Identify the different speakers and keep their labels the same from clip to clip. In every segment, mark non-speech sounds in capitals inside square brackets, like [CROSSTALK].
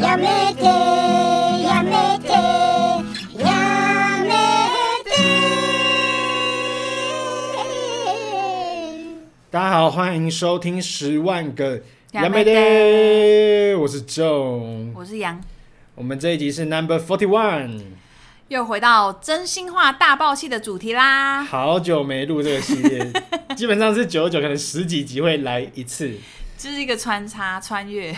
Speaker 1: やめてやめてやめて
Speaker 2: 大家好，欢迎收听《十万个
Speaker 3: 亚
Speaker 2: 妹
Speaker 3: 美
Speaker 2: 的
Speaker 3: 爹》，
Speaker 2: 我是 Joe。
Speaker 3: 我是杨，
Speaker 2: 我们这一集是 Number Forty One，
Speaker 3: 又回到真心话大爆气的主题啦。
Speaker 2: 好久没录这个系列，基本上是九九，可能十几集会来一次。
Speaker 3: 这是一个穿插穿越，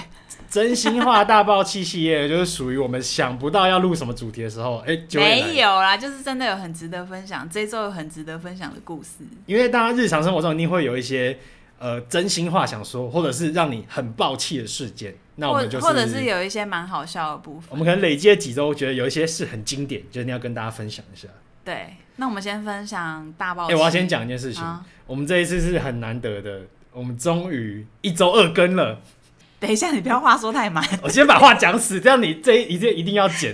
Speaker 2: 真心话大爆气系列就是属于我们想不到要录什么主题的时候，哎、 [LAUGHS] 就会来
Speaker 3: 没，有啦，就是真的有很值得分享，这一周有很值得分享的故事。
Speaker 2: 因为大家日常生活中一定会有一些呃真心话想说，或者是让你很爆气的事件，那我
Speaker 3: 或
Speaker 2: 们就是
Speaker 3: 或者是有一些蛮好笑的部
Speaker 2: 我
Speaker 3: 分。
Speaker 2: 们可能累积了几周，觉得有一些是很经典，就是要跟大家分享一下。
Speaker 3: 对，那我们先分享大爆
Speaker 2: 哎、
Speaker 3: 气。
Speaker 2: 我要先讲一件事情，
Speaker 3: 啊
Speaker 2: 我们这一次是很难得的，我们终于一周二更
Speaker 3: [LAUGHS]
Speaker 2: 了。
Speaker 3: 等一下，你不要话说太满。
Speaker 2: 我先把话讲死，这样你这一一定一定要
Speaker 3: [LAUGHS]
Speaker 2: 剪。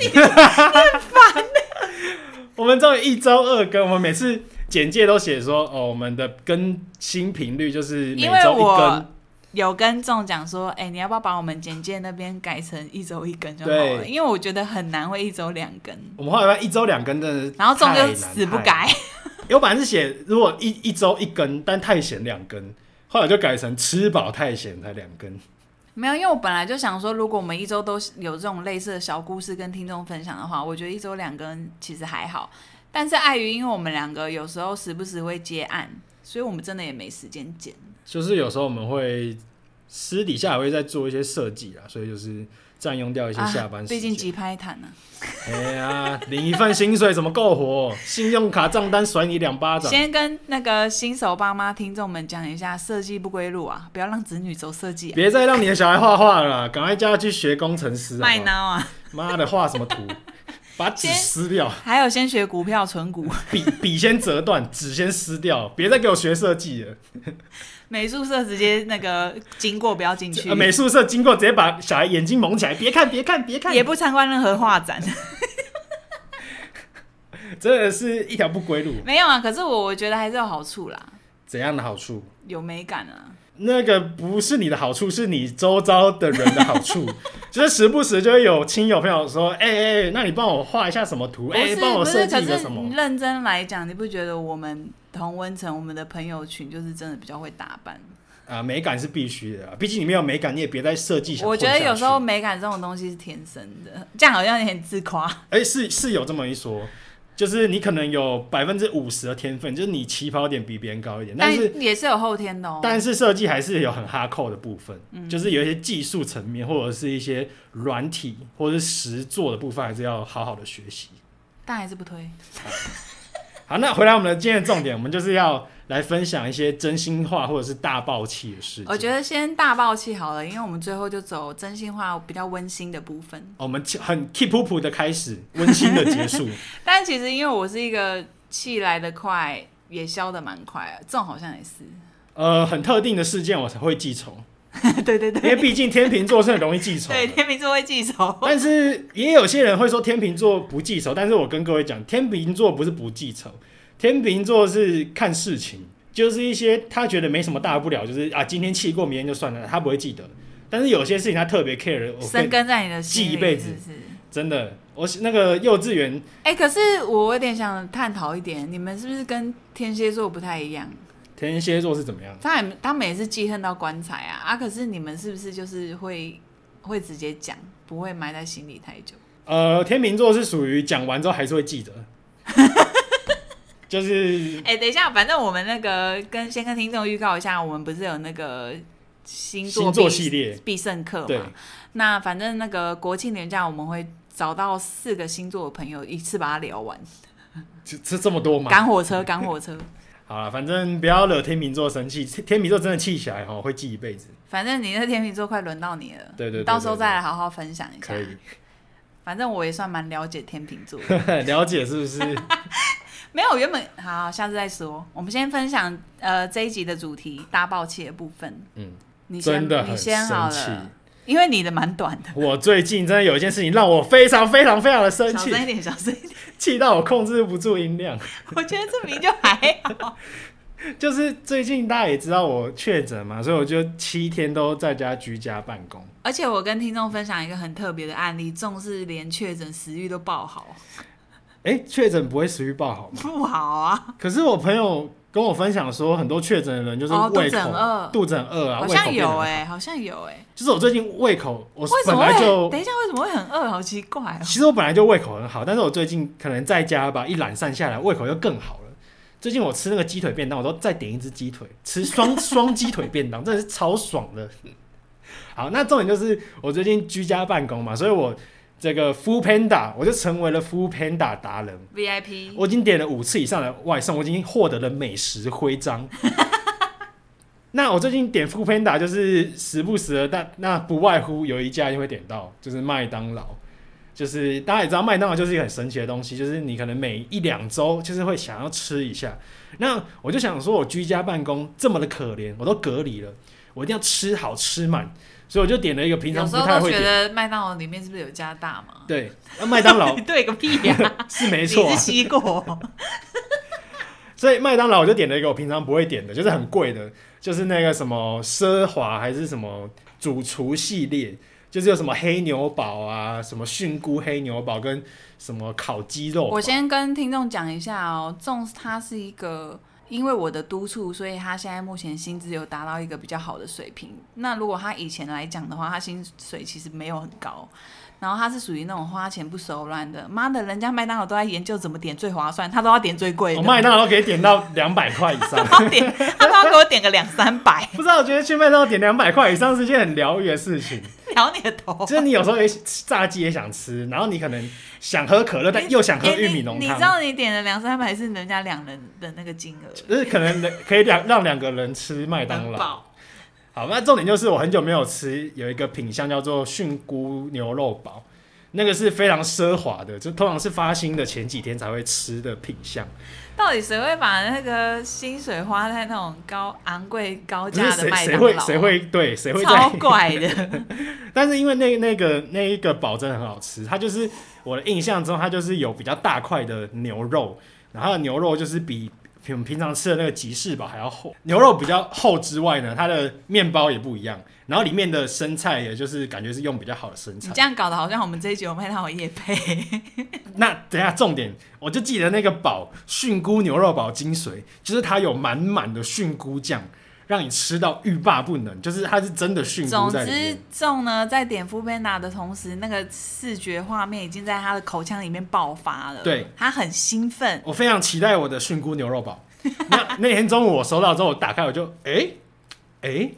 Speaker 3: 欸
Speaker 2: [LAUGHS] 我们终于一周二更，我们每次简介都写说，哦，我们的更新频率就是每
Speaker 3: 因为
Speaker 2: 周一
Speaker 3: 我
Speaker 2: 更。
Speaker 3: 有跟中奖说，哎、你要不要把我们简介那边改成一周一更就好了？
Speaker 2: 对
Speaker 3: 因为我觉得很难会一周两更，
Speaker 2: 我们后来发现一周两更真的是
Speaker 3: 然后中
Speaker 2: 太
Speaker 3: 就
Speaker 2: 难
Speaker 3: 死不
Speaker 2: 太
Speaker 3: 改。
Speaker 2: 因为我本来是写如果一一周一更，但太闲两更，后来就改成吃饱太闲才两更。
Speaker 3: 没有，因为我本来就想说，如果我们一周都有这种类似的小故事跟听众分享的话，我觉得一周两个人其实还好。但是碍于因为我们两个有时候时不时会接案，所以我们真的也没时间剪。
Speaker 2: 就是有时候我们会私底下也会在做一些设计啊，所以就是占用掉一些下班
Speaker 3: 啊
Speaker 2: 时间。
Speaker 3: 毕竟急拍谈啊呢、
Speaker 2: 哎呀，领一份薪水怎么够活？信用卡账单甩你两巴掌。
Speaker 3: 先跟那个新手爸妈听众们讲一下，设计不归路啊，不要让子女走设计、啊，
Speaker 2: 别再让你的小孩画画了啦，赶快叫他去学工程师好
Speaker 3: 卖
Speaker 2: 不好
Speaker 3: 孬啊。 [LAUGHS]
Speaker 2: 妈的，画什么图？把纸
Speaker 3: 先
Speaker 2: 撕掉，
Speaker 3: 还有先学股票存股，
Speaker 2: 笔笔先折断，纸先撕掉，别再给我学设计了。
Speaker 3: 美术社直接那个经过不要进去
Speaker 2: 呃，美术社经过，直接把小孩眼睛蒙起来，别看，别看，别看，
Speaker 3: 也不参观任何画展。 [LAUGHS]
Speaker 2: 真的是一条不归路。
Speaker 3: 没有啊，可是我我觉得还是有好处啦，
Speaker 2: 怎样的好处？
Speaker 3: 有美感啊。
Speaker 2: 那个不是你的好处，是你周遭的人的好
Speaker 3: [LAUGHS]
Speaker 2: 处，就是时不时就会有亲友朋友说：“哎、哎、哎那你帮我画一下什么图？
Speaker 3: 不
Speaker 2: 哎、
Speaker 3: 是
Speaker 2: 帮我
Speaker 3: 不
Speaker 2: 设
Speaker 3: 是，
Speaker 2: 计
Speaker 3: 可
Speaker 2: 一个
Speaker 3: 是
Speaker 2: 什么
Speaker 3: 你认真来讲，你不觉得我们同温层、我们的朋友群就是真的比较会打扮？
Speaker 2: 啊？”美感是必须的啊，毕竟你没有美感，你也别再设计。
Speaker 3: 我觉得有时候，美感这种东西是天生的， [LAUGHS] 这样好像有点自夸。
Speaker 2: 哎、是是有这么一说，就是你可能有百分之五十的天分，就是你起跑点比别人高一点， [LAUGHS] 但
Speaker 3: 但
Speaker 2: 是
Speaker 3: 也是有后天的哦。
Speaker 2: 但是设计还是有很哈扣的部分，
Speaker 3: 嗯
Speaker 2: 就是有一些技术层面或者是一些软体或者是实作的部分，还是要好好的学习。
Speaker 3: 但还是不推。
Speaker 2: 好，那回来我们的今天的重点，我们就是要来分享一些真心话或者是大爆气的事情。
Speaker 3: 我觉得先大爆气好了，因为我们最后就走真心话比较温馨的部分。
Speaker 2: 哦我们很 keep up 的开始，温馨的结
Speaker 3: [LAUGHS]
Speaker 2: 束。
Speaker 3: 但其实因为我是一个气来得快，也消得蛮快啊的，这种好像也是。 [LAUGHS]
Speaker 2: 呃，很特定的事件我才会记仇，
Speaker 3: 对对
Speaker 2: 因为
Speaker 3: 对，
Speaker 2: 毕竟天秤座是很容易记仇的。
Speaker 3: 对天秤座会记仇。
Speaker 2: 但是也有些人会说天秤座不记仇，但是我跟各位讲，天秤座不是不记仇，天秤座是看事情，就是一些他觉得没什么大不了，就是啊今天气过，明天就算了，他不会记得。但是有些事情他特别 care，我
Speaker 3: 生
Speaker 2: 跟
Speaker 3: 根在你的心
Speaker 2: 记
Speaker 3: 里
Speaker 2: 一辈子
Speaker 3: 是不是
Speaker 2: 真的，我是那个幼稚园
Speaker 3: 哎、可是我有点想探讨一点，你们是不是跟天蝎座不太一样？
Speaker 2: 天蝎座是怎么样？
Speaker 3: 他也他们也是记恨到棺材啊啊！可是你们是不是就是会会直接讲，不会埋在心里太久？
Speaker 2: 呃，天秤座是属于讲完之后还是会记
Speaker 3: [LAUGHS]
Speaker 2: 得，就是
Speaker 3: 哎、等一下，反正我们那个跟先跟听众预告一下，我们不是有那个星座
Speaker 2: 星座
Speaker 3: 必
Speaker 2: 系列
Speaker 3: 必胜课
Speaker 2: 对
Speaker 3: 嘛？那反正那个国庆年假我们会。找到四个星座的朋友，一次把它聊完，
Speaker 2: 这这这么多嘛。
Speaker 3: 赶火车，赶火车。
Speaker 2: 好了，反正不要惹天秤座生气，天秤座真的气起来哦，会记一辈子。
Speaker 3: 反正你那天秤座快轮到你了，
Speaker 2: 对对对对
Speaker 3: 到时候再来好好分享一下。
Speaker 2: 可以。
Speaker 3: 反正我也算蛮了解天秤座
Speaker 2: [LAUGHS]
Speaker 3: 的， [LAUGHS]
Speaker 2: 了解是不是？
Speaker 3: 没有原本好，下次再说。我们先分享呃这一集的主题大爆气的部分。
Speaker 2: 嗯，
Speaker 3: 你先
Speaker 2: 真的
Speaker 3: 你
Speaker 2: 很
Speaker 3: 先好
Speaker 2: 生气。
Speaker 3: 了，因为你的蛮短的，
Speaker 2: 我最近真的有一件事情让我非常非常非常的生
Speaker 3: 小
Speaker 2: 气，
Speaker 3: 声一点，小声一点。 [LAUGHS]
Speaker 2: 气到我控制不住音量。
Speaker 3: 我觉得这名就还好，
Speaker 2: 就是最近大家也知道我确诊嘛，所以我就七天都在家居家办公。
Speaker 3: 而且我跟听众分享一个很特别的案例，重视连确诊食欲都爆好，
Speaker 2: 哎、确诊不会食欲爆好吗？
Speaker 3: 不好啊，
Speaker 2: 可是我朋友跟我分享说，很多确诊的人就是
Speaker 3: 哦
Speaker 2: 胃
Speaker 3: 肚子很
Speaker 2: 口、
Speaker 3: 饿
Speaker 2: 肚子很饿啊，
Speaker 3: 好
Speaker 2: 胃口
Speaker 3: 像
Speaker 2: 变
Speaker 3: 有
Speaker 2: 得
Speaker 3: 哎、好像有哎、
Speaker 2: 就是我最近胃口，我
Speaker 3: 为什
Speaker 2: 本
Speaker 3: 么
Speaker 2: 来
Speaker 3: 会？
Speaker 2: 就
Speaker 3: 等一下，为什么会很饿？好奇怪
Speaker 2: [LAUGHS]
Speaker 3: 哦、
Speaker 2: 其实我本来就胃口很好，但是我最近可能在家吧，一懒散下来，胃口又更好了。最近我吃那个鸡腿便当，我都再点一只鸡腿，吃双 [LAUGHS] 双鸡腿便当，真的是超爽的。 [LAUGHS] 好，那重点就是我最近居家办公嘛，所以我这个 Food Panda 我就成为了 Food Panda 达人。
Speaker 3: VIP
Speaker 2: 我已经点了五次以上的外送，我已经获得了美食徽章。 [LAUGHS] 那我最近点 Food Panda 就是时不时的，但那不外乎有一家就会点到，就是麦当劳。就是大家也知道，麦当劳就是一个很神奇的东西，就是你可能每一两周就是会想要吃一下。那我就想说，我居家办公这么的可怜，我都隔离了，我一定要吃好吃满，所以我就点了一个平
Speaker 3: 有
Speaker 2: 常
Speaker 3: 时
Speaker 2: 不
Speaker 3: 候
Speaker 2: 太
Speaker 3: 都
Speaker 2: 会
Speaker 3: 觉
Speaker 2: 点。
Speaker 3: 得麦当劳里面是不是有加大嘛？
Speaker 2: 对，那麦当劳
Speaker 3: [LAUGHS] 对个屁呀、
Speaker 2: 是没错、啊，
Speaker 3: [LAUGHS] 你是西
Speaker 2: [LAUGHS]
Speaker 3: 果，
Speaker 2: 所以麦当劳我就点了一个我平常不会点的，就是很贵的，就是那个什么奢华还是什么主厨系列，就是有什么黑牛堡啊，什么菌菇黑牛堡跟什么烤鸡肉堡。
Speaker 3: 我先跟听众讲一下哦，纵他是一个。因为我的督促，所以他现在目前薪资有达到一个比较好的水平。那如果他以前来讲的话，他薪水其实没有很高，然后他是属于那种花钱不手软的。妈的，人家麦当劳都在研究怎么点最划算，他都要点最贵的，
Speaker 2: 哦麦当劳可以点到两百块以
Speaker 3: [LAUGHS]
Speaker 2: 上，
Speaker 3: 他点他都要给我点个两三百， [LAUGHS]
Speaker 2: 不知道我觉得去麦当劳点两百块以上是件很疗愈的事
Speaker 3: [LAUGHS]
Speaker 2: 情。
Speaker 3: 聊你的头。
Speaker 2: 就是你有时候也吃炸鸡也想吃，然后你可能想喝可乐，但又想喝
Speaker 3: 欸
Speaker 2: 玉米浓
Speaker 3: 你
Speaker 2: 汤。
Speaker 3: 你知道你点了两三百是人家两人的那个金额，
Speaker 2: 就是可能可以两让两个人吃麦当
Speaker 3: 能
Speaker 2: 劳，
Speaker 3: 饱。
Speaker 2: 好，那重点就是我很久没有吃有一个品相叫做菌菇牛肉堡，那个是非常奢华的，就通常是发薪的前几天才会吃的品相，
Speaker 3: 到底谁会把那个薪水花在那种高昂贵高
Speaker 2: 不是
Speaker 3: 价的
Speaker 2: 谁
Speaker 3: 麦
Speaker 2: 谁
Speaker 3: 当
Speaker 2: 会
Speaker 3: 劳？啊
Speaker 2: 谁会对谁会
Speaker 3: 超
Speaker 2: 在？
Speaker 3: 怪的，
Speaker 2: 但是因为那那个那一个堡真的很好吃，它就是我的印象中它就是有比较大块的牛肉，然后它的牛肉就是比。比我们平常吃的那个吉士堡还要厚，牛肉比较厚之外呢，它的面包也不一样，然后里面的生菜也就是感觉是用比较好的生
Speaker 3: 你
Speaker 2: 菜
Speaker 3: 这。样搞得好像我们这一集有麦当劳夜配，
Speaker 2: [LAUGHS] 那等一下重点，我就记得那个堡菌菇牛肉堡精髓，就是它有满满的菌菇酱，让你吃到欲罢不能，就是它是真的菌菇
Speaker 3: 总
Speaker 2: 在里
Speaker 3: 之
Speaker 2: 面。，
Speaker 3: 众呢在点 f o o p a n d a 的同时，那个视觉画面已经在他的口腔里面爆发了。
Speaker 2: 对，
Speaker 3: 他很兴奋。
Speaker 2: 我非常期待我的菌菇牛肉堡。 [LAUGHS] 那那天中午我收到之后，我打开我就哎哎、诶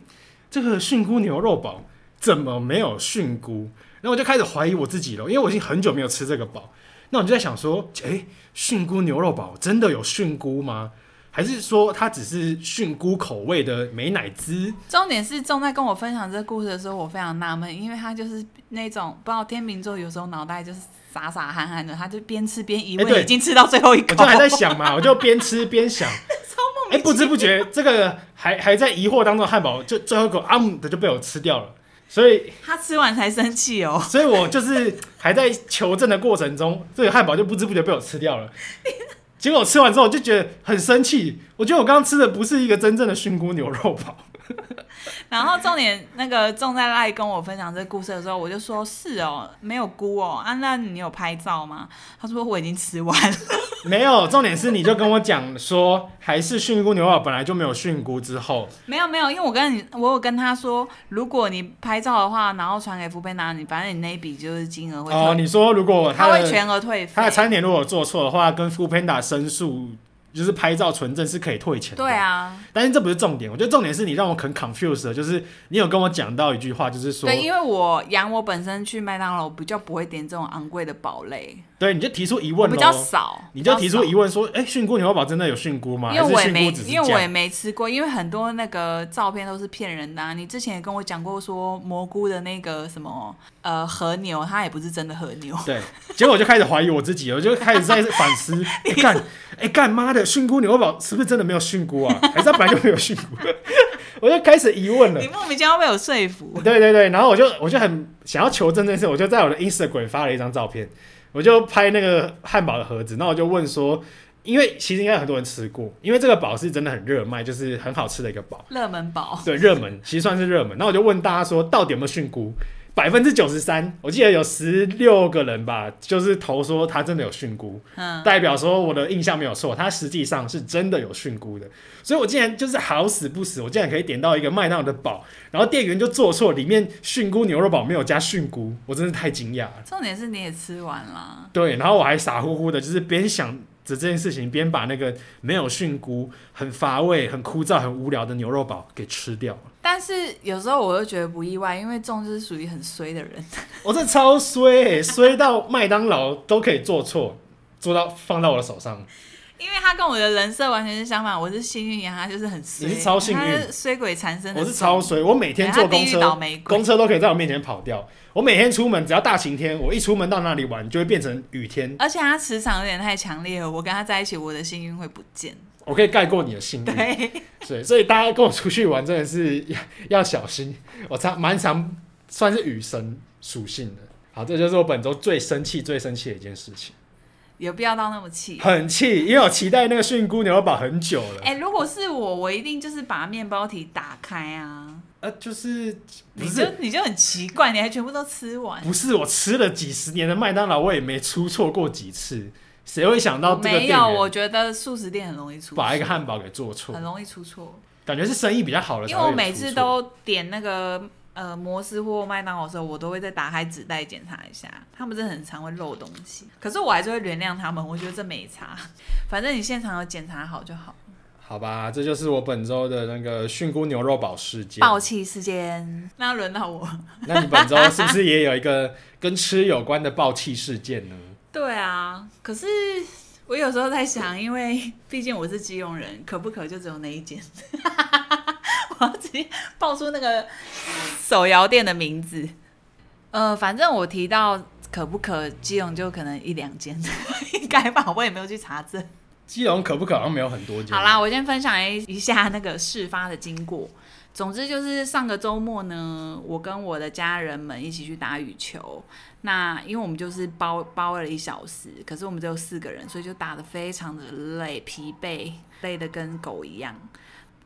Speaker 2: 这个菌菇牛肉堡怎么没有菌菇？然后我就开始怀疑我自己了，因为我已经很久没有吃这个堡。那我就在想说，哎、菌菇牛肉堡真的有菌菇吗？还是说它只是菌菇口味的美乃滋？
Speaker 3: 重点是，仲在跟我分享这个故事的时候，我非常纳闷，因为他就是那种不知道天秤座有时候脑袋就是傻傻憨憨的，他就边吃边疑
Speaker 2: 哎对
Speaker 3: 问，已经吃到最后一
Speaker 2: 我
Speaker 3: 口，
Speaker 2: 就还在想
Speaker 3: [LAUGHS]
Speaker 2: 嘛，我就边吃边想，
Speaker 3: 超莫
Speaker 2: 哎、
Speaker 3: 名
Speaker 2: 不知
Speaker 3: 其
Speaker 2: 不觉这个还还在疑惑当中，汉堡就最后一口啊嗯的就被我吃掉了。所以
Speaker 3: 他吃完才生气哦，
Speaker 2: 所以我就是还在求证的过程中，这个汉堡就不知不觉被我吃掉了。结果我吃完之后，我就觉得很生气，我觉得我刚刚吃的不是一个真正的熏菇牛肉堡。
Speaker 3: 然后重点那个仲在赖跟我分享这个故事的时候，我就说是哦，没有菇哦，啊，那你有拍照吗？他说我已经吃完了， [LAUGHS]
Speaker 2: 没有，重点是你就跟我讲说，还是熏菇牛肉堡本来就没有熏菇之后，
Speaker 3: 没有没有，因为我跟你我有跟他说，如果你拍照的话，然后传给福贝拿你，反正你那一笔就是金额会退，
Speaker 2: 哦，你说如果
Speaker 3: 他
Speaker 2: 他
Speaker 3: 会
Speaker 2: 的
Speaker 3: 全额退费，
Speaker 2: 他的餐点如果做错的话，跟 f o o Panda 申诉，就是拍照存证是可以退钱的。
Speaker 3: 对啊，
Speaker 2: 但是这不是重点，我觉得重点是你让我很 confused 的，就是你有跟我讲到一句话，就是说，
Speaker 3: 对，因为我养我本身去麦当劳，我比较不会点这种昂贵的堡类，
Speaker 2: 对，你就提出疑
Speaker 3: 我
Speaker 2: 问
Speaker 3: 比
Speaker 2: 咯
Speaker 3: 较少。
Speaker 2: 你就
Speaker 3: 比
Speaker 2: 提
Speaker 3: 较
Speaker 2: 出
Speaker 3: 少
Speaker 2: 疑问说，哎、菌菇牛肉堡真的有菌菇吗？
Speaker 3: 因为
Speaker 2: 啊
Speaker 3: 我
Speaker 2: 还
Speaker 3: 也
Speaker 2: 是
Speaker 3: 没
Speaker 2: 菌菇只，是
Speaker 3: 因为我也
Speaker 2: 酱？
Speaker 3: 没吃过，因为很多那个照片都是骗人的、啊。你之前也跟我讲过，说蘑菇的那个什么呃和牛，它也不是真的和
Speaker 2: [LAUGHS]
Speaker 3: 牛。
Speaker 2: 对，结果我就开始怀疑我自己了，我就开始在反
Speaker 3: [LAUGHS]
Speaker 2: 思，哎干、哎干妈的菌菇牛肉堡是不是真的没有菌菇
Speaker 3: [LAUGHS]
Speaker 2: 啊？还是它本来就没有菌菇？ [LAUGHS] 我就开始疑问了
Speaker 3: 你。莫名其妙被我说服，
Speaker 2: 对对对，然后我就我就很想要求证这件事，我就在我的 Instagram 发了一张照片，我就拍那个汉堡的盒子，那我就问说，因为其实应该有很多人吃过，因为这个堡是真的很热卖，就是很好吃的一个堡，
Speaker 3: 热门宝，
Speaker 2: 对，热门，其实算是热门。那我就问大家说，到底有没有菌菇？百分之九十三，我记得有十六个人吧，就是投说他真的有菌菇，
Speaker 3: 嗯，
Speaker 2: 代表说我的印象没有错，它实际上是真的有菌菇的。所以我竟然就是好死不死，我竟然可以点到一个麦当劳的堡，然后店员就做错，里面菌菇牛肉堡没有加菌菇，我真是太惊讶了。
Speaker 3: 重点是你也吃完啦，
Speaker 2: 对，然后我还傻乎乎的，就是边想着这件事情，边把那个没有菌菇、很乏味、很枯燥、很无聊的牛肉堡给吃掉了。
Speaker 3: 但是有时候我又觉得不意外，因为仲就是属于很衰的人， [LAUGHS]
Speaker 2: 我、这超衰、欸，衰到麦当劳都可以做错，做到放到我的手上。
Speaker 3: 因为他跟我的人设完全是相反，我是幸运羊，他就是很衰，
Speaker 2: 你是超幸运
Speaker 3: 他是衰鬼缠身的，
Speaker 2: 我是超，衰，我每天坐公
Speaker 3: 等一下地狱倒
Speaker 2: 车
Speaker 3: 霉，鬼
Speaker 2: 公车都可以在我面前跑掉。我每天出门，只要大晴天，我一出门到那里玩，就会变成雨天。
Speaker 3: 而且他磁场有点太强烈了，我跟他在一起，我的幸运会不见，
Speaker 2: 我可以盖过你的幸运。
Speaker 3: 对，
Speaker 2: 对，所以大家跟我出去玩真的是要要小心。我常蛮常算是雨神属性的。好，这就是我本周最生气、最生气的一件事情，
Speaker 3: 有必要到那么气。
Speaker 2: 很气，因为我期待那个菌菇牛肉堡很久了。
Speaker 3: 哎、如果是我，我一定就是把面包体打开啊！
Speaker 2: 呃，就是嗯不
Speaker 3: 你就是你就很奇怪，你还全部都吃完。
Speaker 2: 不是我吃了几十年的麦当劳，我也没出错过几次，谁会想到
Speaker 3: 我
Speaker 2: 这个
Speaker 3: 没
Speaker 2: 店
Speaker 3: 有，
Speaker 2: 员
Speaker 3: 我觉得素食店很容易出错，
Speaker 2: 把一个汉堡给做错
Speaker 3: 很？容易出错，
Speaker 2: 感觉是生意比较好了才
Speaker 3: 因
Speaker 2: 会有出错，
Speaker 3: 为我每次都点那个呃摩斯或麦当劳的时候，我都会再打开纸袋检查一下，他们真的很常会漏东西，可是我还是会原谅他们，我觉得这没差，反正你现场有检查好就好。
Speaker 2: 好吧，这就是我本周的那个菌菇牛肉堡事件。
Speaker 3: 暴气时间，那轮到我。
Speaker 2: 那你本周是不是也有一个跟吃有关的爆气事件呢？
Speaker 3: 对啊，可是我有时候在想，因为 [LAUGHS] 毕竟我是基隆人，可不可就只有那一间？ [LAUGHS] 我要直接报出那个手摇店的名字。呃，反正我提到可不可，基隆就可能一两间， [LAUGHS] 应该吧，我也没有去查证。
Speaker 2: 基隆可不可好像没有很多间。
Speaker 3: 好啦，，我先分享一一下那个事发的经过。总之就是上个周末呢，我跟我的家人们一起去打羽球。那因为我们就是包包了一小时，可是我们只有四个人，所以就打得非常的累、疲惫，累得跟狗一样。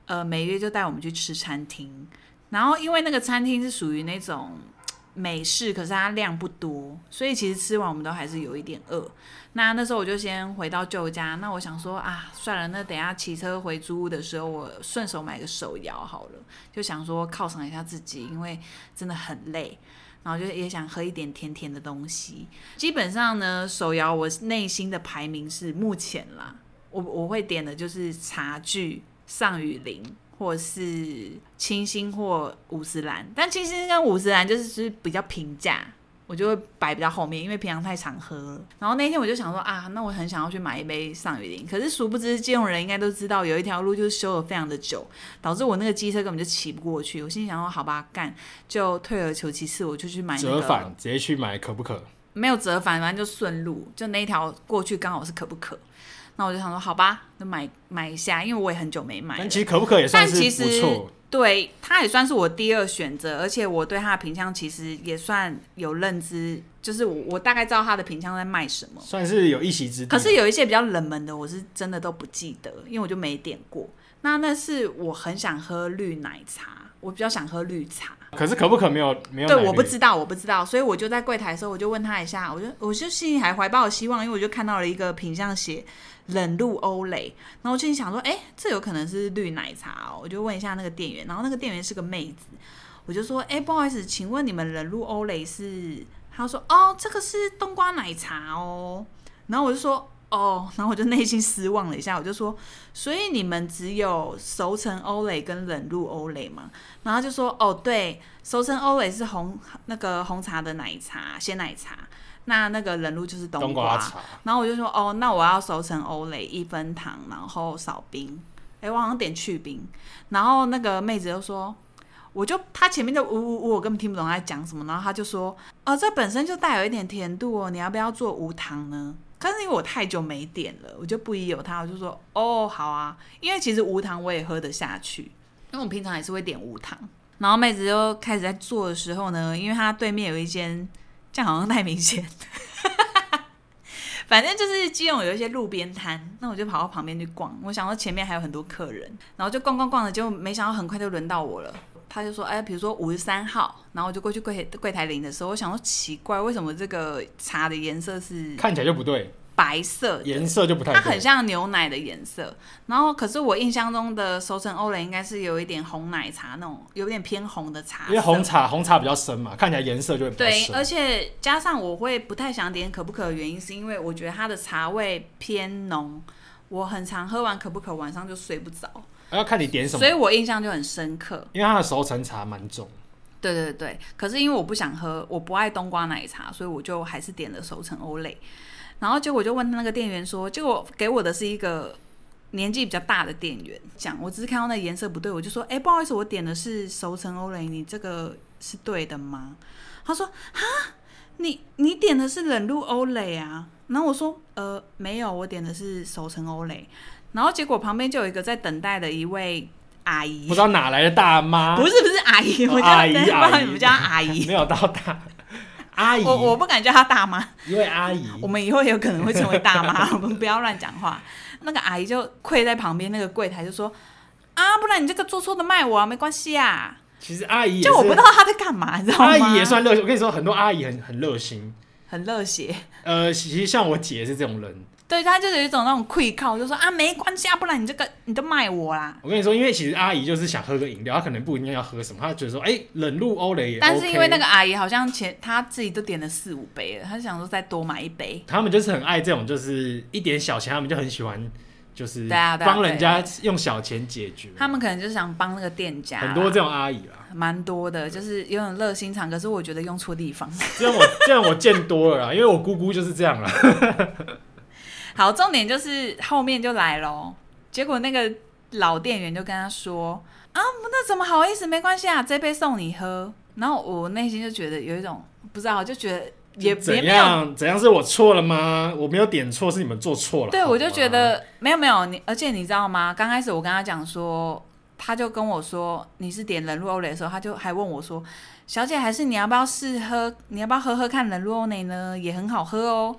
Speaker 3: 呃，美月就带我们去吃餐厅，然后因为那个餐厅是属于那种美式，可是它量不多，所以其实吃完我们都还是有一点饿。那那时候我就先回到舅家，那我想说啊，算了，那等一下骑车回租屋的时候，我顺手买个手摇好了，就想说犒赏一下自己，因为真的很累。然后就也想喝一点甜甜的东西。基本上呢，手摇我内心的排名是目前啦，我我会点的就是茶具、上雨林或是清新或五十兰，但清新跟五十兰就是是比较平价，我就会摆比较后面，因为平常太常喝了。然后那天我就想说啊，那我很想要去买一杯上雨林，可是殊不知基隆人应该都知道，有一条路就是修的非常的久，导致我那个机车根本就骑不过去。我心里想说，好吧，干，就退而求其次，我就去买那
Speaker 2: 折
Speaker 3: 个
Speaker 2: 返直接去买可不可？
Speaker 3: 没有折返，反正就顺路，就那一条过去刚好是可不可。那我就想说，好吧，那买买一下，因为我也很久没买了。
Speaker 2: 但其实可不可也算是
Speaker 3: 但其
Speaker 2: 不
Speaker 3: 实
Speaker 2: 错。
Speaker 3: 对，它也算是我第二选择，而且我对它的品相其实也算有认知，就是我我大概知道它的品相在卖什么。
Speaker 2: 算是有一席之地。
Speaker 3: 可是有一些比较冷门的，我是真的都不记得，因为我就没点过。那那是我很想喝绿奶茶，我比较想喝绿茶。
Speaker 2: 可是可不可没有没有奶
Speaker 3: 对，
Speaker 2: 绿？
Speaker 3: 我不知道，我不知道，所以我就在柜台的时候，我就问他一下，我就我就心里还怀抱希望，因为我就看到了一个品相写冷露欧蕾，然后我就心想说，哎、这有可能是绿奶茶哦，我就问一下那个店员，然后那个店员是个妹子，我就说，哎、不好意思，请问你们冷露欧蕾是？他说，哦，这个是冬瓜奶茶哦，然后我就说。哦，然后我就内心失望了一下，我就说，所以你们只有熟成欧蕾跟冷露欧蕾吗？然后就说哦，对，熟成欧蕾是红那个红茶的奶茶，鲜奶茶。那那个冷露就是冬
Speaker 2: 冬瓜茶。
Speaker 3: 然后我就说哦，那我要熟成欧蕾一分糖，然后少冰。哎，我好像点去冰。然后那个妹子就说。我就她前面就呜呜呜，我根本听不懂她在讲什么，然后她就说，呃，这本身就带有一点甜度哦，你要不要做无糖呢？但是因为我太久没点了，我就不疑有他，我就说，哦，好啊，因为其实无糖我也喝得下去，因为我平常也是会点无糖。然后妹子就开始在做的时候呢，因为她对面有一间，这样好像太明显。 [LAUGHS] 反正就是基隆有一些路边摊，那我就跑到旁边去逛。我想到前面还有很多客人，然后就逛逛逛的，结果没想到很快就轮到我了。他就说：“哎、比如说五十三号。”然后我就过去柜柜台领的时候，我想说奇怪，为什么这个茶的颜色是
Speaker 2: 看起来就不对，
Speaker 3: 白色的？
Speaker 2: 颜色就不太
Speaker 3: 它
Speaker 2: 对。
Speaker 3: 很像牛奶的颜色，然后可是我印象中的熟成欧蕾应该是有一点红奶茶那种，有点偏红的茶色，
Speaker 2: 因为红茶红茶比较深嘛，看起来颜色就会比较
Speaker 3: 对，
Speaker 2: 深。
Speaker 3: 而且加上我会不太想点可不可的原因，是因为我觉得它的茶味偏浓，我很常喝完可不可晚上就睡不着，
Speaker 2: 呃要看你点什么
Speaker 3: 所以，我印象就很深刻。
Speaker 2: 因为它的熟成茶蛮重。
Speaker 3: 对对对，可是因为我不想喝，我不爱冬瓜奶茶，所以我就还是点了熟成欧蕾。然后结果我就问那个店员说，结果给我的是一个年纪比较大的店员讲，我只是看到那颜色不对，我就说，哎，不好意思，我点的是熟成欧蕾，你这个是对的吗？他说，啊，你你点的是冷露欧蕾啊？然后我说，呃，没有，我点的是熟成欧蕾。然后结果旁边就有一个在等待的一位阿姨，
Speaker 2: 不知道哪来的大妈，
Speaker 3: 不是不是阿姨，
Speaker 2: 啊哦
Speaker 3: 我叫
Speaker 2: 阿姨
Speaker 3: 对不知
Speaker 2: 阿
Speaker 3: 道
Speaker 2: 姨
Speaker 3: 你们叫她阿姨，
Speaker 2: 没有到大
Speaker 3: [LAUGHS]
Speaker 2: 阿姨，
Speaker 3: 我我不敢叫她大妈，
Speaker 2: 一位阿姨，
Speaker 3: 我们以后有可能会成为大妈， [LAUGHS] 我们不要乱讲话。那个阿姨就跪在旁边那个柜台就说：“啊，不然你这个做错的卖我啊，没关系啊。
Speaker 2: 其实阿”姨也
Speaker 3: 就我不知
Speaker 2: 是
Speaker 3: 道她在干嘛，你知道吗？
Speaker 2: 阿姨也算热心，我跟你说，很多阿姨很很热心。
Speaker 3: 很热血，
Speaker 2: 呃，其实像我姐是这种人，
Speaker 3: 对她就是有一种那种愧靠，就说啊没关系啊，不然你这个你都卖我啦。
Speaker 2: 我跟你说，因为其实阿姨就是想喝个饮料，她可能不一定要喝什么，她觉得说，哎、冷露欧蕾也 OK。
Speaker 3: 但是因为那个阿姨好像前她自己都点了四五杯了，她想说再多买一杯。
Speaker 2: 他们就是很爱这种，就是一点小钱，他们就很喜欢，就是
Speaker 3: 对啊对啊
Speaker 2: 帮人家用小钱解决。
Speaker 3: 他们可能就是想帮那个店家啦，
Speaker 2: 很多这种阿姨啦， [LAUGHS]
Speaker 3: 蛮多的，就是有点热心肠，可是我觉得用错地方。 [LAUGHS]
Speaker 2: 这样我这样我见多了啦，因为我姑姑就是这样啦。
Speaker 3: 好，重点就是后面就来咯，结果那个老店员就跟他说：“啊，那怎么好意思？没关系啊，这杯送你喝。”然后我内心就觉得有一种不知道，就觉得 [LAUGHS] 也也
Speaker 2: 怎
Speaker 3: 没有。
Speaker 2: 样怎样是我错了吗？我没有点错，是你们做错了。
Speaker 3: 对，
Speaker 2: 好吗啊
Speaker 3: 我就觉
Speaker 2: [LAUGHS]
Speaker 3: 得没有没有你，而且你知道吗？刚开始我跟他讲说，他就跟我说你是点冷露欧蕾的时候，他就还问我说：“小姐，还是你要不要试喝？你要不要喝喝看冷露欧蕾呢？也很好喝哦。”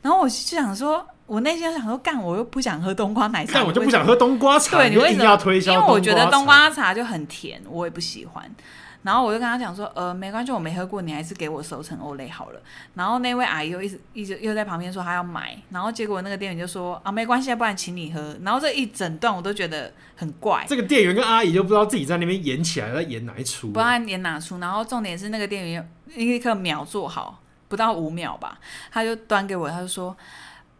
Speaker 3: 然后我就想说，我内心就想说，干，我又不想喝冬瓜奶茶，
Speaker 2: 但我就
Speaker 3: 你
Speaker 2: 不
Speaker 3: 为
Speaker 2: 想喝冬瓜茶，
Speaker 3: 对，你
Speaker 2: 就
Speaker 3: 为什
Speaker 2: 硬
Speaker 3: 么
Speaker 2: 要推销
Speaker 3: 因
Speaker 2: 冬瓜茶？
Speaker 3: 为我觉得冬瓜茶就很甜，我也不喜欢。然后我就跟他讲说，呃，没关系，我没喝过，你还是给我熟成欧蕾好了。然后那位阿姨又一直一直又在旁边说她要买，然后结果那个店员就说啊，没关系，不然请你喝。然后这一整段我都觉得很怪，
Speaker 2: 这个店员跟阿姨就不知道自己在那边演起来，在演哪一出
Speaker 3: 不。按也拿出。然后重点是那个店员立刻秒做好，不到五秒吧，他就端给我，他就说。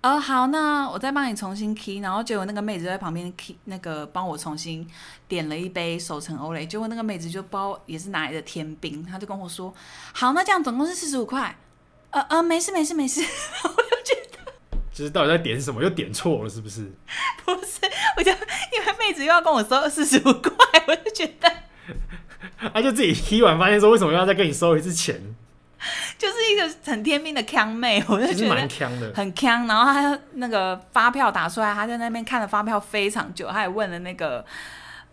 Speaker 3: 呃，好，那我再帮你重新 key，然后结果那个妹子就在旁边 key 那个帮我重新点了一杯手成欧蕾，结果那个妹子就包也是哪来的天冰，她就跟我说，好，那这样总共是四十五块，呃呃，没事没事没事， [LAUGHS]
Speaker 2: 就是到底在点什么，又点错了，是不是？
Speaker 3: 不是，我就因为妹子又要跟我收四十五块，我就觉得
Speaker 2: 他哎就自己踢完，发现说为什么要再跟你收一次钱，
Speaker 3: 就是一个很天兵的腔妹，我就
Speaker 2: 其实
Speaker 3: 觉得
Speaker 2: 蛮坑的。
Speaker 3: 很呛，然后他那个发票打出来，他在那边看了发票非常久，他也问了那个。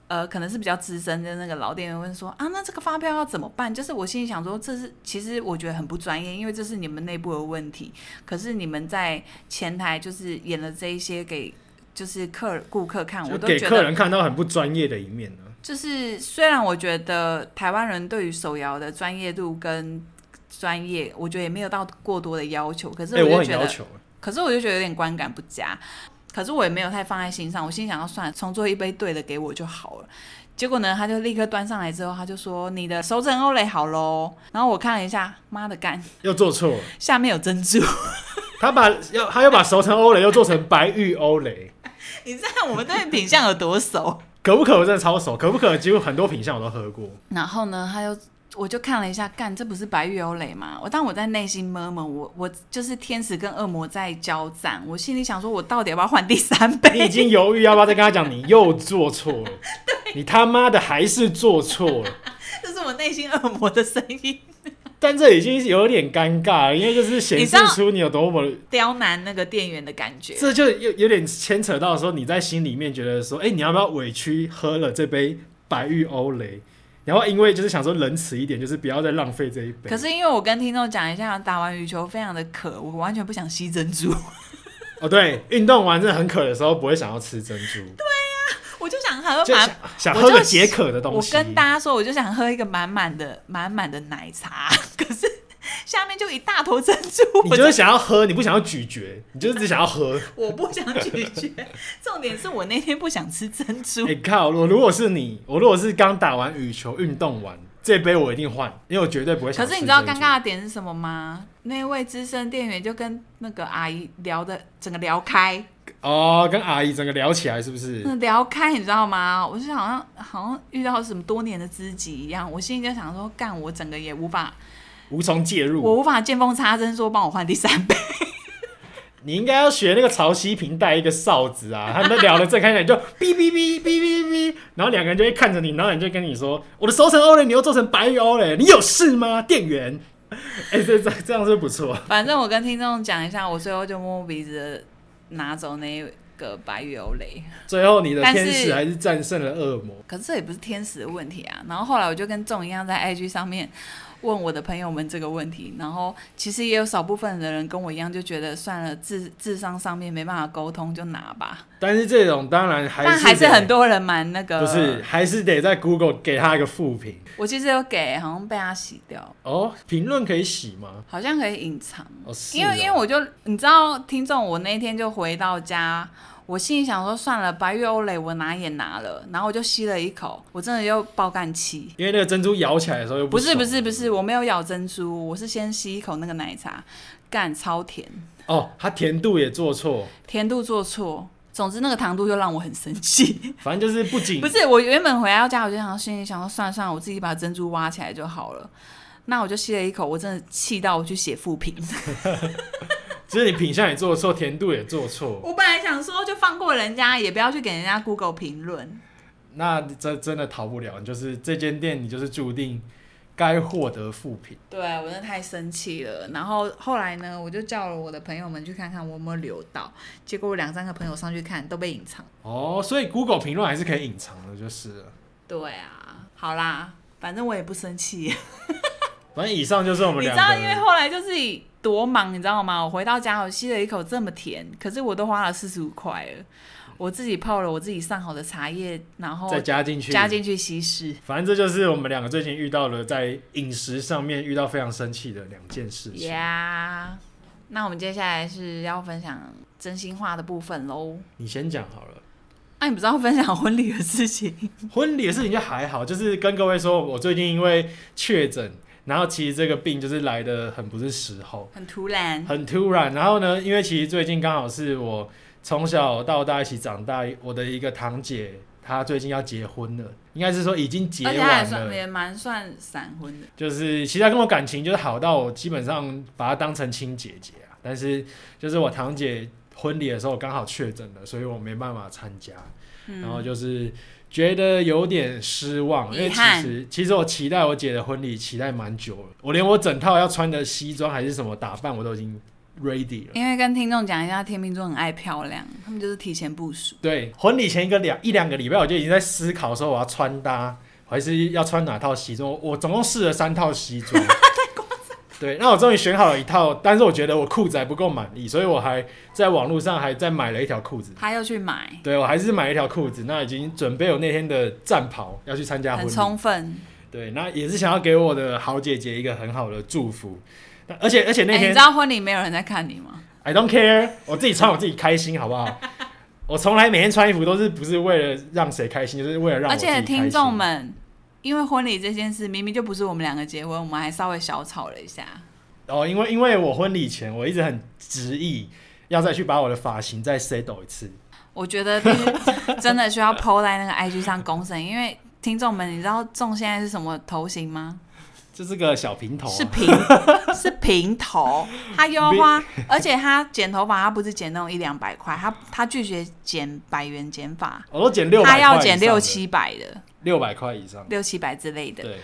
Speaker 3: 呃，可能是比较资深的那个老店员问说啊，那这个发票要怎么办？就是我心里想说，这是其实我觉得很不专业，因为这是你们内部的问题。可是你们在前台就是演了这一些给就是客顾客看，我
Speaker 2: 就
Speaker 3: 都
Speaker 2: 给
Speaker 3: 觉
Speaker 2: 客
Speaker 3: 得
Speaker 2: 人看到很不专业的一面啊呢、
Speaker 3: 就是虽然我觉得台湾人对于手摇的专业度跟专业，我觉得也没有到过多的要求，可是
Speaker 2: 哎、我
Speaker 3: 就
Speaker 2: 很
Speaker 3: 觉
Speaker 2: 要
Speaker 3: 得
Speaker 2: 求，
Speaker 3: 可是我就觉得有点观感不佳，可是我也没有太放在心上，我心想要算了，重做一杯对的给我就好了。结果呢，他就立刻端上来之后，他就说：“你的手枕欧蕾好喽。”然后我看了一下，妈的干，
Speaker 2: 又做错了。
Speaker 3: 下面有珍珠。
Speaker 2: 他把要他又把熟成欧蕾又做成白玉欧蕾，
Speaker 3: [LAUGHS] 你知道我们对品相有多熟？
Speaker 2: 可不可我真的超熟，可不可几乎很多品相我都喝过。
Speaker 3: 然后呢，他又我就看了一下，干，这不是白玉欧蕾吗？我但我在内心摸摸，我我就是天使跟恶魔在交战，我心里想说，我到底要不要换第三杯？ [LAUGHS]
Speaker 2: 你已经犹豫要不要再跟他讲，你又做错了，你他妈的还是做错了。
Speaker 3: 这是我内心恶魔的声音。
Speaker 2: 但这已经有点尴尬了，因为就是显
Speaker 3: 你
Speaker 2: 示
Speaker 3: 知道
Speaker 2: 出你有多
Speaker 3: [LAUGHS]
Speaker 2: 么，
Speaker 3: 刁难那个店员的感觉。
Speaker 2: 这就有有点牵扯到说你在心里面觉得说，哎、你要不要委屈喝了这杯白玉欧蕾？然后因为就是想说仁慈一点，就是不要再浪费这一杯。
Speaker 3: 可是因为我跟听众讲一下，打完羽球非常的渴，我完全不想吸珍珠。 [LAUGHS]
Speaker 2: 哦，对，运动完真的很渴的时候，不会想要吃珍珠，
Speaker 3: 我就想喝
Speaker 2: 就
Speaker 3: 满
Speaker 2: 想，想
Speaker 3: 啊我
Speaker 2: 喝
Speaker 3: 就
Speaker 2: 个解渴的东
Speaker 3: 我
Speaker 2: 西。
Speaker 3: 跟大家说，我就想喝一个满满的满满的奶茶， [LAUGHS] 可是下面就一大坨珍珠，
Speaker 2: [LAUGHS] 你
Speaker 3: 我
Speaker 2: 就
Speaker 3: 就是
Speaker 2: 想要喝，你不想要咀嚼，你就是只想要喝。
Speaker 3: 我不想拒绝。重点是我那天不想吃珍珠
Speaker 2: 哎、，靠！我如果是你，我如果是刚打完羽球运动完，这杯我一定换，因为我绝对不会想
Speaker 3: 可
Speaker 2: 吃
Speaker 3: 是你
Speaker 2: 珍
Speaker 3: 知
Speaker 2: 珠。
Speaker 3: 道尴尬的点是什么吗？那位资深店员就跟那个阿姨聊的整个聊开，
Speaker 2: 哦，跟阿姨整个聊起来是不是？
Speaker 3: 那聊开你知道吗？我就好像好像遇到什么多年的知己一样，我心里就想说，干我整个也无法，
Speaker 2: 无从介
Speaker 3: 我
Speaker 2: 入。
Speaker 3: 无法见缝插针说帮我换第三杯。 [LAUGHS]
Speaker 2: 你应该要学那个曹希平带一个哨子啊，他们聊得正开心，你就哔哔哔哔哔哔，然后两个人就会看着你，然后你就跟你说：“我的熟成欧蕾，你又做成白欧蕾，你有事吗，店员？” [LAUGHS] 哎、这这这样是不错。
Speaker 3: 反正我跟听众讲一下，我最后就摸摸鼻子拿走那个白玉欧蕾，
Speaker 2: 最后你的
Speaker 3: 但是
Speaker 2: 天使还是战胜了恶魔。
Speaker 3: 可是这也不是天使的问题啊。然后后来我就跟众一样在 IG 上面问我的朋友们这个问题，然后其实也有少部分的人跟我一样就觉得算了，智智商上面没办法沟通就拿吧，
Speaker 2: 但是这种当然还是
Speaker 3: 但还是
Speaker 2: 得
Speaker 3: 很多人蛮那个，
Speaker 2: 不是，还是得在 Google 给他一个负评
Speaker 3: 我其实有给，好像被他洗掉，
Speaker 2: 哦。评论可以洗吗？
Speaker 3: 好像可以隐藏。
Speaker 2: 哦，是
Speaker 3: 因为
Speaker 2: 哦
Speaker 3: 因为我就你知道，听众，我那天就回到家，我心里想说算了，白月欧蕾我拿也拿了，然后我就吸了一口，我真的又爆干气。
Speaker 2: 因为那个珍珠咬起来的时候又
Speaker 3: 不是
Speaker 2: 爽
Speaker 3: 不是不是，我没有咬珍珠，我是先吸一口那个奶茶，干超甜，
Speaker 2: 哦，它甜度也做错，
Speaker 3: 甜度做错。总之，那个糖度就让我很生气。 [LAUGHS]
Speaker 2: 反正就是不仅
Speaker 3: 不是，我原本回到家，我就想说心里想说，算了算了，我自己把珍珠挖起来就好了。那我就吸了一口，我真的气到我去写复 [LAUGHS] 评。
Speaker 2: 只是你品相也做错，甜度也做错，
Speaker 3: 我本来想说，就放过人家，也不要去给人家 Google 评论。
Speaker 2: 那这真的逃不了。你就是这间店，你就是注定该获得负评。
Speaker 3: 对我真的太生气了。然后后来呢，我就叫了我的朋友们去看看我有没有留到，结果我两三个朋友上去看都被隐藏。
Speaker 2: 哦，所以 Google 评论还是可以隐藏的，就是了。
Speaker 3: 对啊，好啦，反正我也不
Speaker 2: [LAUGHS]
Speaker 3: 生气。
Speaker 2: 反正以上就是我们
Speaker 3: 你知
Speaker 2: 两
Speaker 3: 道，因为
Speaker 2: 个。
Speaker 3: 后来就是多忙，你知道吗？我回到家，我吸了一口这么甜，可是我都花了四十五块了。我自己泡了我自己上好的茶叶，然后
Speaker 2: 再加进去，
Speaker 3: 加进去稀释。
Speaker 2: 反正这就是我们两个最近遇到了在饮食上面遇到非常生气的两件事情。
Speaker 3: 呀、那我们接下来是要分享真心话的部分喽。
Speaker 2: 你先讲好了。
Speaker 3: 那、你不知道分享婚礼的事情？
Speaker 2: 婚礼的事情就还好，就是跟各位说，我最近因为确诊，然后其实这个病就是来的很不是时候，
Speaker 3: 很突然，
Speaker 2: 很突然。然后呢，因为其实最近刚好是我从小到大一起长大，我的一个堂姐她最近要结婚了，应该是说已经结
Speaker 3: 而且他也
Speaker 2: 完
Speaker 3: 算
Speaker 2: 了。
Speaker 3: 也蛮算闪婚的。
Speaker 2: 就是其实她跟我感情就是好到我基本上把她当成亲姐姐啊，但是就是我堂姐婚礼的时候刚好确诊了，所以我没办法参加。
Speaker 3: 嗯
Speaker 2: 然后就是觉得有点失望，因为
Speaker 3: 遗
Speaker 2: 其
Speaker 3: 憾
Speaker 2: 实其实我期待我姐的婚礼期待蛮久了，我连我整套要穿的西装还是什么打扮我都已经 ready 了。
Speaker 3: 因为跟听众讲一下，天秤座很爱漂亮，他们就是提前部署。
Speaker 2: 对，婚礼前一个两一两个礼拜，我就已经在思考说我要穿搭，还是要穿哪套西装。我我总共试了三套西
Speaker 3: [LAUGHS]
Speaker 2: 装，对，那我终于选好了一套，但是我觉得我裤子还不够满意，所以我还在网络上还再买了一条裤子。
Speaker 3: 他又去买，
Speaker 2: 对，我还是买了一条裤子，那已经准备有那天的战袍要去参加婚
Speaker 3: 很
Speaker 2: 礼。
Speaker 3: 充分。
Speaker 2: 对，那也是想要给我的好姐姐一个很好的祝福。那而且而且那
Speaker 3: 哎你
Speaker 2: 天、
Speaker 3: 知道婚礼没有人在看你吗？
Speaker 2: I don't care，我自己穿我自己开心，好不好？
Speaker 3: [LAUGHS]
Speaker 2: 我从来每天穿衣服都是不是为了让谁开心，就是为了让我
Speaker 3: 而
Speaker 2: 自己开
Speaker 3: 且
Speaker 2: 心。
Speaker 3: 听众们，因为婚礼这件事明明就不是我们两个结婚，我们还稍微小吵了一下。
Speaker 2: 哦，因为因为我婚礼前我一直很执意要再去把我的发型再 settle 一次。
Speaker 3: 我觉得就是 [LAUGHS] 真的需要 PO 在那个 IG 上公审，因为听众们，你知道中现在是什么头型吗？
Speaker 2: 这是个小平头、啊，
Speaker 3: 是平
Speaker 2: [LAUGHS]
Speaker 3: 是平头，他又要花，而且他剪头发，他不是剪那种一两百块，他他拒绝剪百元剪法，
Speaker 2: 我都剪六百，
Speaker 3: 他要剪六七百的，
Speaker 2: 六百块以上。
Speaker 3: 六七百之类的。
Speaker 2: 对，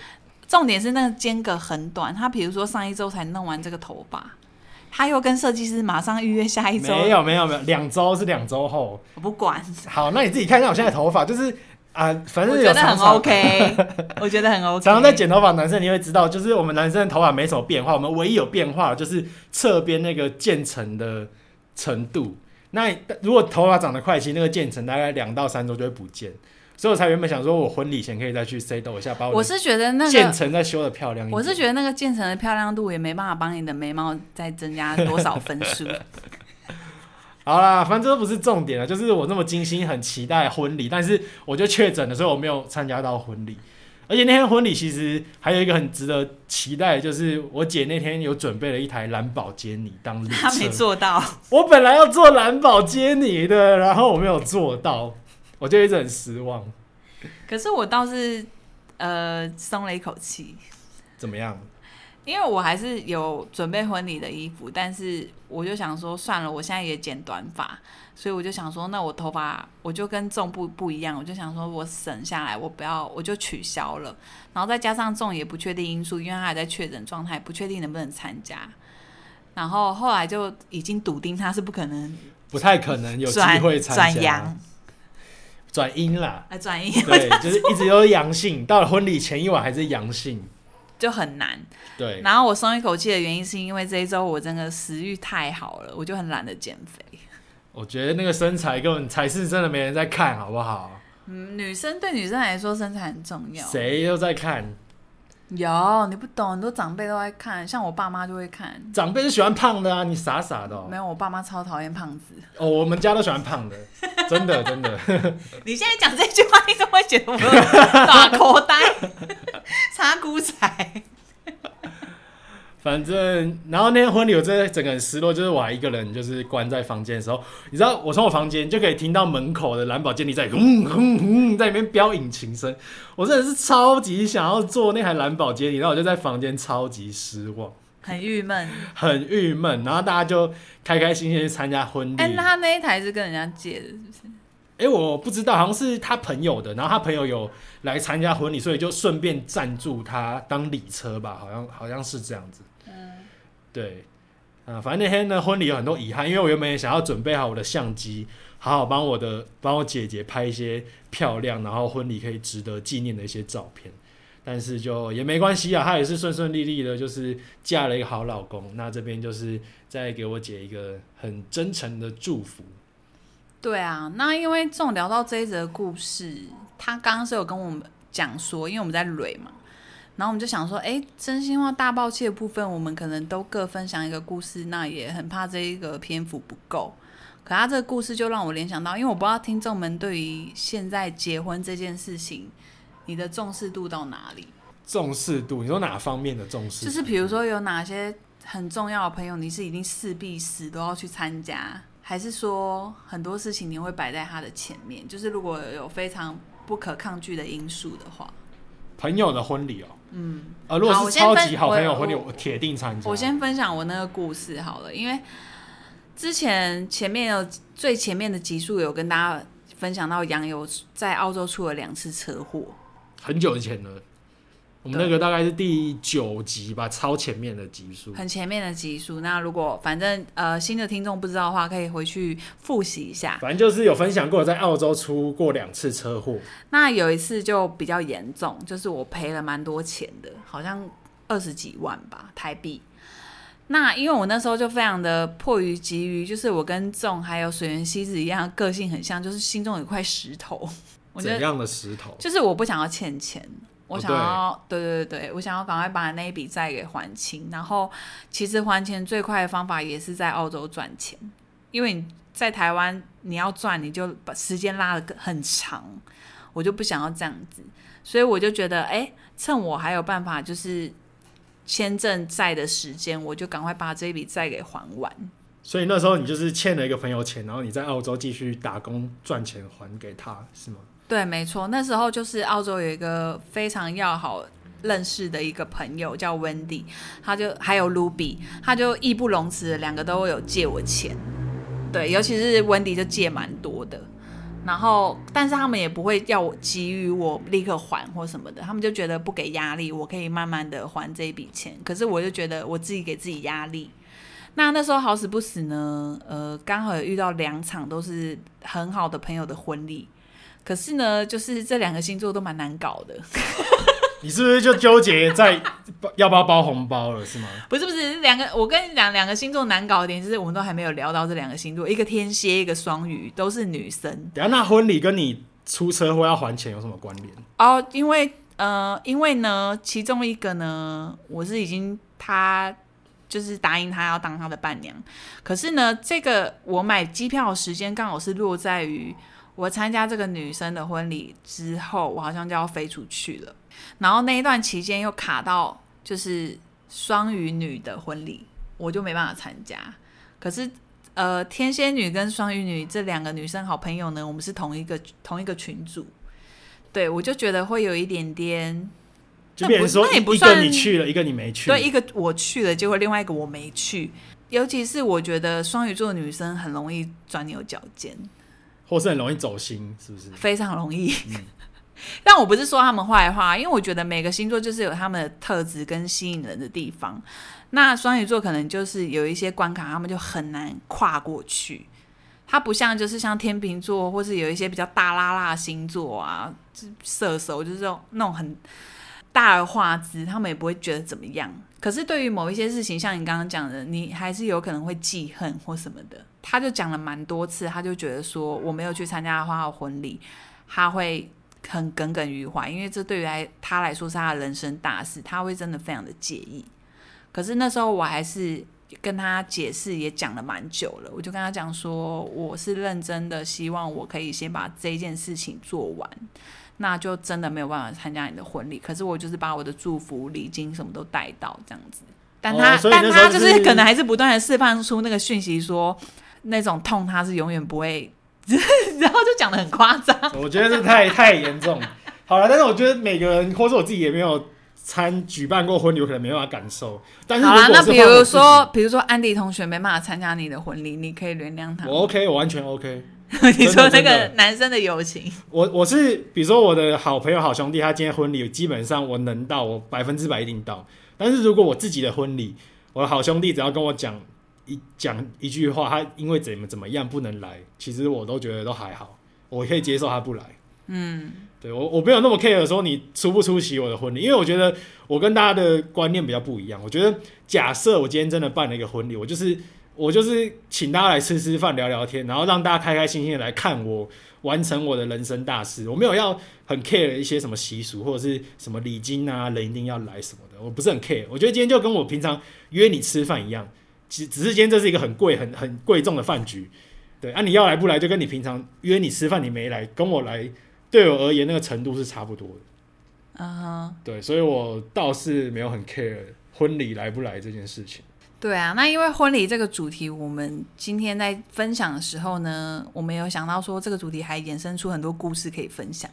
Speaker 3: 重点是那个间隔很短，他比如说上一周才弄完这个头发，他又跟设计师马上预约下一周，
Speaker 2: 没有没有没有，两周是两周后。
Speaker 3: 我不管，
Speaker 2: 好，那你自己看一下我现在头发，就是啊、反
Speaker 3: 我
Speaker 2: 正
Speaker 3: 觉
Speaker 2: 有
Speaker 3: 得
Speaker 2: 长
Speaker 3: 很
Speaker 2: 长
Speaker 3: OK，我觉得很 OK。
Speaker 2: 常常在剪头发，男生你会知道，就是我们男生的头发没什么变化，我们唯一有变化就是侧边那个渐层的程度。那如果头发长得快，其实那个渐层大概两到三周就会不见，所以我才原本想说我婚礼前可以再去 say 斗一下，把
Speaker 3: 我
Speaker 2: 的
Speaker 3: 是觉得那
Speaker 2: 渐
Speaker 3: 个，
Speaker 2: 层再修的漂亮一点。
Speaker 3: 我是觉得那个渐层的漂亮度也没办法帮你的眉毛再增加多少分
Speaker 2: [LAUGHS]
Speaker 3: 数。
Speaker 2: 好啦，反正这都不是重点了，啊就是我那么精心很期待婚礼，但是我就确诊了，所以我没有参加到婚礼。而且那天婚礼其实还有一个很值得期待的，就是我姐那天有准备了一台蓝宝坚尼当礼
Speaker 3: 他没
Speaker 2: 车，
Speaker 3: 做到，
Speaker 2: 我本来要做蓝宝坚尼的，然后我没有做到，我就一直很失望。
Speaker 3: 可是我倒是呃松了一口气，
Speaker 2: 怎么样？
Speaker 3: 因为我还是有准备婚礼的衣服，但是我就想说算了，我现在也剪短发，所以我就想说，那我头发我就跟众不不一样，我就想说我省下来，我不要我就取消了，然后再加上众也不确定因素，因为他还在确诊状态，不确定能不能参加。然后后来就已经笃定他是不可能
Speaker 2: 不太可能有机
Speaker 3: 转
Speaker 2: 会参
Speaker 3: 转
Speaker 2: 加
Speaker 3: 阳，，
Speaker 2: 转阴啦
Speaker 3: [LAUGHS] 啊转阴，
Speaker 2: 对，就是一直都是阳性，到了婚礼前一晚还是阳性，
Speaker 3: 就很难。
Speaker 2: 对，
Speaker 3: 然后我松一口气的原因是因为这一周我真的食欲太好了，我就很懒得减肥。
Speaker 2: 我觉得那个身材根本才是真的没人在看，好不好？
Speaker 3: 嗯，女生对女生来说身材很重要。
Speaker 2: 谁都在看，
Speaker 3: 嗯有你不懂，很多长辈都在看，像我爸妈就会看。
Speaker 2: 长辈就喜欢胖的啊，你傻傻的哦、
Speaker 3: 没有，我爸妈超讨厌胖子。
Speaker 2: 哦，我们家都喜欢胖的，真
Speaker 3: [LAUGHS]
Speaker 2: 的真的。
Speaker 3: 你现在讲这句话，你怎么会觉得我大口 [LAUGHS] 袋、插骨仔？
Speaker 2: 反正，然后那天婚礼我真的整个很失落，就是我还一个人就是关在房间的时候，你知道我从我房间就可以听到门口的蓝宝坚尼在轰轰轰在里面飙引擎声，我真的是超级想要坐那台蓝宝坚尼，然后我就在房间超级失望，
Speaker 3: 很郁闷。
Speaker 2: 很郁闷，然后大家就开开心心去参加婚礼。
Speaker 3: 哎、那他那一台是跟人家借的，是不是？
Speaker 2: 哎、我不知道，好像是他朋友的，然后他朋友有来参加婚礼，所以就顺便赞助他当礼车吧，好像好像是这样子。对，啊、反正那天呢婚礼有很多遗憾，因为我原本也想要准备好我的相机，好好帮我的帮我姐姐拍一些漂亮，然后婚礼可以值得纪念的一些照片。但是就也没关系啊，她也是顺顺利利的，就是嫁了一个好老公。那这边就是再给我姐一个很真诚的祝福。
Speaker 3: 对啊，那因为这种聊到这一则故事，他刚刚是有跟我们讲说，因为我们在蕊嘛，然后我们就想说，哎，真心话大爆气的部分，我们可能都各分享一个故事，那也很怕这一个篇幅不够。可他这个故事就让我联想到，因为我不知道听众们对于现在结婚这件事情，你的重视度到哪里？
Speaker 2: 重视度，你说哪方面的重视？
Speaker 3: 就是比如说有哪些很重要的朋友，你是一定势必死都要去参加，还是说很多事情你会摆在他的前面？就是如果有非常不可抗拒的因素的话，
Speaker 2: 朋友的婚礼哦、
Speaker 3: 嗯，
Speaker 2: 啊，如果
Speaker 3: 好
Speaker 2: 是
Speaker 3: 我先
Speaker 2: 超
Speaker 3: 分
Speaker 2: 级好朋友
Speaker 3: 我
Speaker 2: 婚礼，
Speaker 3: 我
Speaker 2: 我铁定参加。
Speaker 3: 我先分享我那个故事好了，因为之前前面有最前面的集数有跟大家分享到杨有在澳洲出了两次车祸，
Speaker 2: 很久以前了，我们
Speaker 3: 对
Speaker 2: 那个大概是第九集吧，超前面的集数。
Speaker 3: 很前面的集数。那如果反正呃新的听众不知道的话，可以回去复习一下。
Speaker 2: 反正就是有分享过，在澳洲出过两次车祸，
Speaker 3: 那有一次就比较严重，就是我赔了蛮多钱的，好像二十几万吧台币。那因为我那时候就非常的迫于急于，就是我跟仲还有水原希子一样，个性很像，就是心中有一块石头。我觉
Speaker 2: 怎
Speaker 3: 得
Speaker 2: 样的石头？
Speaker 3: 就是我不想要欠钱，我
Speaker 2: 哦
Speaker 3: 想要、对对对对，我想要赶快把那一笔债给还清。然后其实还钱最快的方法也是在澳洲赚钱，因为你在台湾你要赚，你就把时间拉得很长。我就不想要这样子，所以我就觉得，哎、趁我还有办法，就是签证在的时间，我就赶快把这一笔债给还完。
Speaker 2: 所以那时候你就是欠了一个朋友钱，然后你在澳洲继续打工赚钱还给他，是吗？
Speaker 3: 对，没错，那时候就是澳洲有一个非常要好认识的一个朋友叫 Wendy，他就还有 Ruby，他就义不容辞地，两个都有借我钱。对，尤其是 Wendy 就借蛮多的，然后但是他们也不会要我急于我立刻还或什么的，他们就觉得不给压力，我可以慢慢的还这一笔钱。可是我就觉得我自己给自己压力。那那时候好死不死呢，呃，刚好有遇到两场都是很好的朋友的婚礼，可是呢，就是这两个星座都蛮难搞的。
Speaker 2: 你是不是就纠结在把要不要包红包了是吗？
Speaker 3: [LAUGHS] 不是不是，两个我跟你讲，两个星座难搞的点就是我们都还没有聊到这两个星座，一个天蝎，一个双鱼，都是女生
Speaker 2: 等一下那婚礼跟你出车祸要还钱有什么关联？
Speaker 3: 哦。因为呃，因为呢，其中一个呢，我是已经他就是答应他要当他的伴娘，可是呢，这个我买机票的时间刚好是落在于我参加这个女生的婚礼之后，我好像就要飞出去了，然后那一段期间又卡到就是双鱼女的婚礼，我就没办法参加。可是呃，天蝎女跟双鱼女这两个女生好朋友呢，我们是同一个同一个群组，对我就觉得会有一点点
Speaker 2: 就变成说
Speaker 3: 那也不
Speaker 2: 一个
Speaker 3: 算
Speaker 2: 你去了，一个你没去。
Speaker 3: 对，一个我去了，结果另外一个我没去。尤其是我觉得双鱼座的女生很容易钻牛角尖，
Speaker 2: 或是很容易走心，是
Speaker 3: [LAUGHS]
Speaker 2: 不是？
Speaker 3: 非常容易。 [LAUGHS] 但我不是说他们坏话，因为我觉得每个星座就是有他们的特质跟吸引人的地方。那双鱼座可能就是有一些关卡，他们就很难跨过去。它不像就是像天秤座，或是有一些比较大拉拉的星座啊，就是射手就是这种那种很大而化之，他们也不会觉得怎么样。可是对于某一些事情，像你刚刚讲的，你还是有可能会记恨或什么的。他就讲了蛮多次，他就觉得说我没有去参加花的婚礼，他会很耿耿于怀，因为这对于来他来说是他的人生大事，他会真的非常的介意。可是那时候我还是跟他解释，也讲了蛮久了，我就跟他讲说，我是认真的，希望我可以先把这件事情做完，那就真的没有办法参加你的婚礼。可是我就是把我的祝福、礼金什么都带到这样子，但他、
Speaker 2: 哦所以
Speaker 3: 但
Speaker 2: 那时候
Speaker 3: 他
Speaker 2: 就是
Speaker 3: 是可能还是不断的释放出那个讯息说，那种痛他是永远不会。 [LAUGHS] 然后就讲的很夸张，
Speaker 2: 我觉得这太太严重了。好了，但是我觉得每个人，或者我自己也没有参举办过婚礼，我可能没办法感受。但是如
Speaker 3: 好啊
Speaker 2: 果
Speaker 3: 啦，那
Speaker 2: 是换
Speaker 3: 比
Speaker 2: 我
Speaker 3: 如
Speaker 2: 自己
Speaker 3: 说，，比如说安迪同学没办法参加你的婚礼，你可以原谅他
Speaker 2: 我
Speaker 3: 吗。
Speaker 2: OK，我完全 OK。
Speaker 3: 你说那
Speaker 2: 哦真的真
Speaker 3: 个
Speaker 2: 的
Speaker 3: 男生的友情，
Speaker 2: 我我是比如说我的好朋友、好兄弟，他今天婚礼，基本上我能到，我百分之百一定到。但是如果我自己的婚礼，我的好兄弟只要跟我讲一讲一句话，他因为怎么怎么样不能来，其实我都觉得都还好，我可以接受他不来。嗯，对我我没有那么 care 说你出不出席我的婚礼，因为我觉得我跟大家的观念比较不一样。我觉得假设我今天真的办了一个婚礼，我就是我就是请大家来吃吃饭、聊聊天，然后让大家开开心心的来看我完成我的人生大事。我没有要很 care 一些什么习俗或者是什么礼金啊，人一定要来什么的，我不是很 care。我觉得今天就跟我平常约你吃饭一样，只只是今天这是一个很贵、很很贵重的饭局。对啊，你要来不来就跟你平常约你吃饭你没来，跟我来，对我而言那个程度是差不多的。
Speaker 3: 嗯哼，
Speaker 2: 对，所以我倒是没有很 care 婚礼来不来这件事情。
Speaker 3: 对啊。那因为婚礼这个主题，我们今天在分享的时候呢，我们有想到说这个主题还衍生出很多故事可以分享，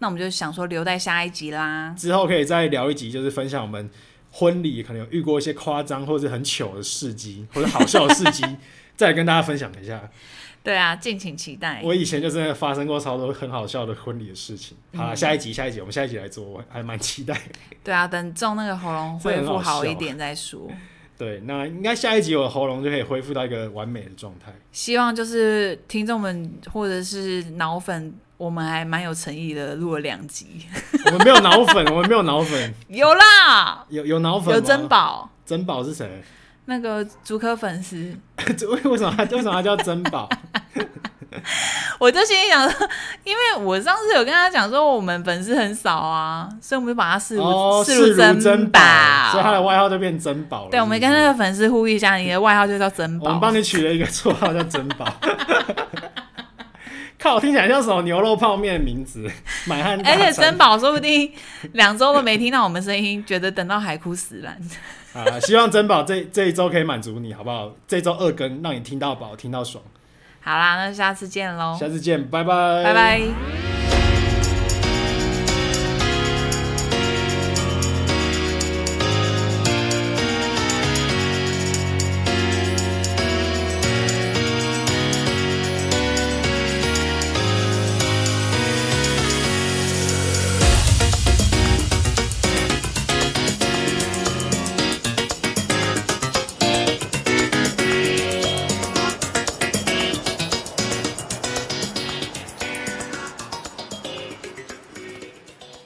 Speaker 3: 那我们就想说留在下一集啦。
Speaker 2: 之后可以再聊一集，就是分享我们婚礼可能有遇过一些夸张或者很糗的事迹，或者好笑的事迹， [LAUGHS] 再跟大家分享一下。
Speaker 3: 对啊，敬请期待。
Speaker 2: 我以前就真的发生过超多很好笑的婚礼的事情。
Speaker 3: 嗯
Speaker 2: 好啦，下一集，下一集，我们下一集来做，我还蛮期待的。
Speaker 3: 对啊，等中那个喉咙恢
Speaker 2: 这很
Speaker 3: 复
Speaker 2: 好
Speaker 3: 好一
Speaker 2: 笑
Speaker 3: 点再说。
Speaker 2: 对，那应该下一集我的喉咙就可以恢复到一个完美的状态。 [LAUGHS]
Speaker 3: 希望就是听众们或者是脑粉，我们还蛮有诚意的，录了两集，
Speaker 2: 我们没有脑粉，我们没有脑粉，
Speaker 3: 有啦，
Speaker 2: 有有脑粉吗
Speaker 3: 有珍，宝
Speaker 2: 珍宝是谁？ [LAUGHS]
Speaker 3: 那个竹科粉丝，
Speaker 2: 这为为什么他为什么他叫珍
Speaker 3: [LAUGHS]
Speaker 2: 宝？
Speaker 3: 我就心里想说， [LAUGHS] 因为我上次有跟他讲说我们粉丝很少啊，所以我们就把他视如、
Speaker 2: 哦，
Speaker 3: 视
Speaker 2: 视如珍
Speaker 3: 宝，
Speaker 2: 所以他的外号就变珍宝了。
Speaker 3: 对，我们
Speaker 2: 是不
Speaker 3: 跟
Speaker 2: 是
Speaker 3: 那个粉丝呼吁一下，你的外号就叫珍
Speaker 2: 我
Speaker 3: 宝
Speaker 2: 们，帮你取了一个绰号叫珍宝。 [LAUGHS] 靠，听起来像什么牛肉泡面的名字，满汉大
Speaker 3: 而
Speaker 2: 餐。
Speaker 3: 且珍宝说不定两周都没听到我们声音，觉得等到海枯石烂。
Speaker 2: 啊，希望珍宝这这一周可以满足你，好不好？这周二更，让你听到饱，听到爽。
Speaker 3: 好啦，那下次见喽，
Speaker 2: 下次见，拜拜，
Speaker 3: 拜拜。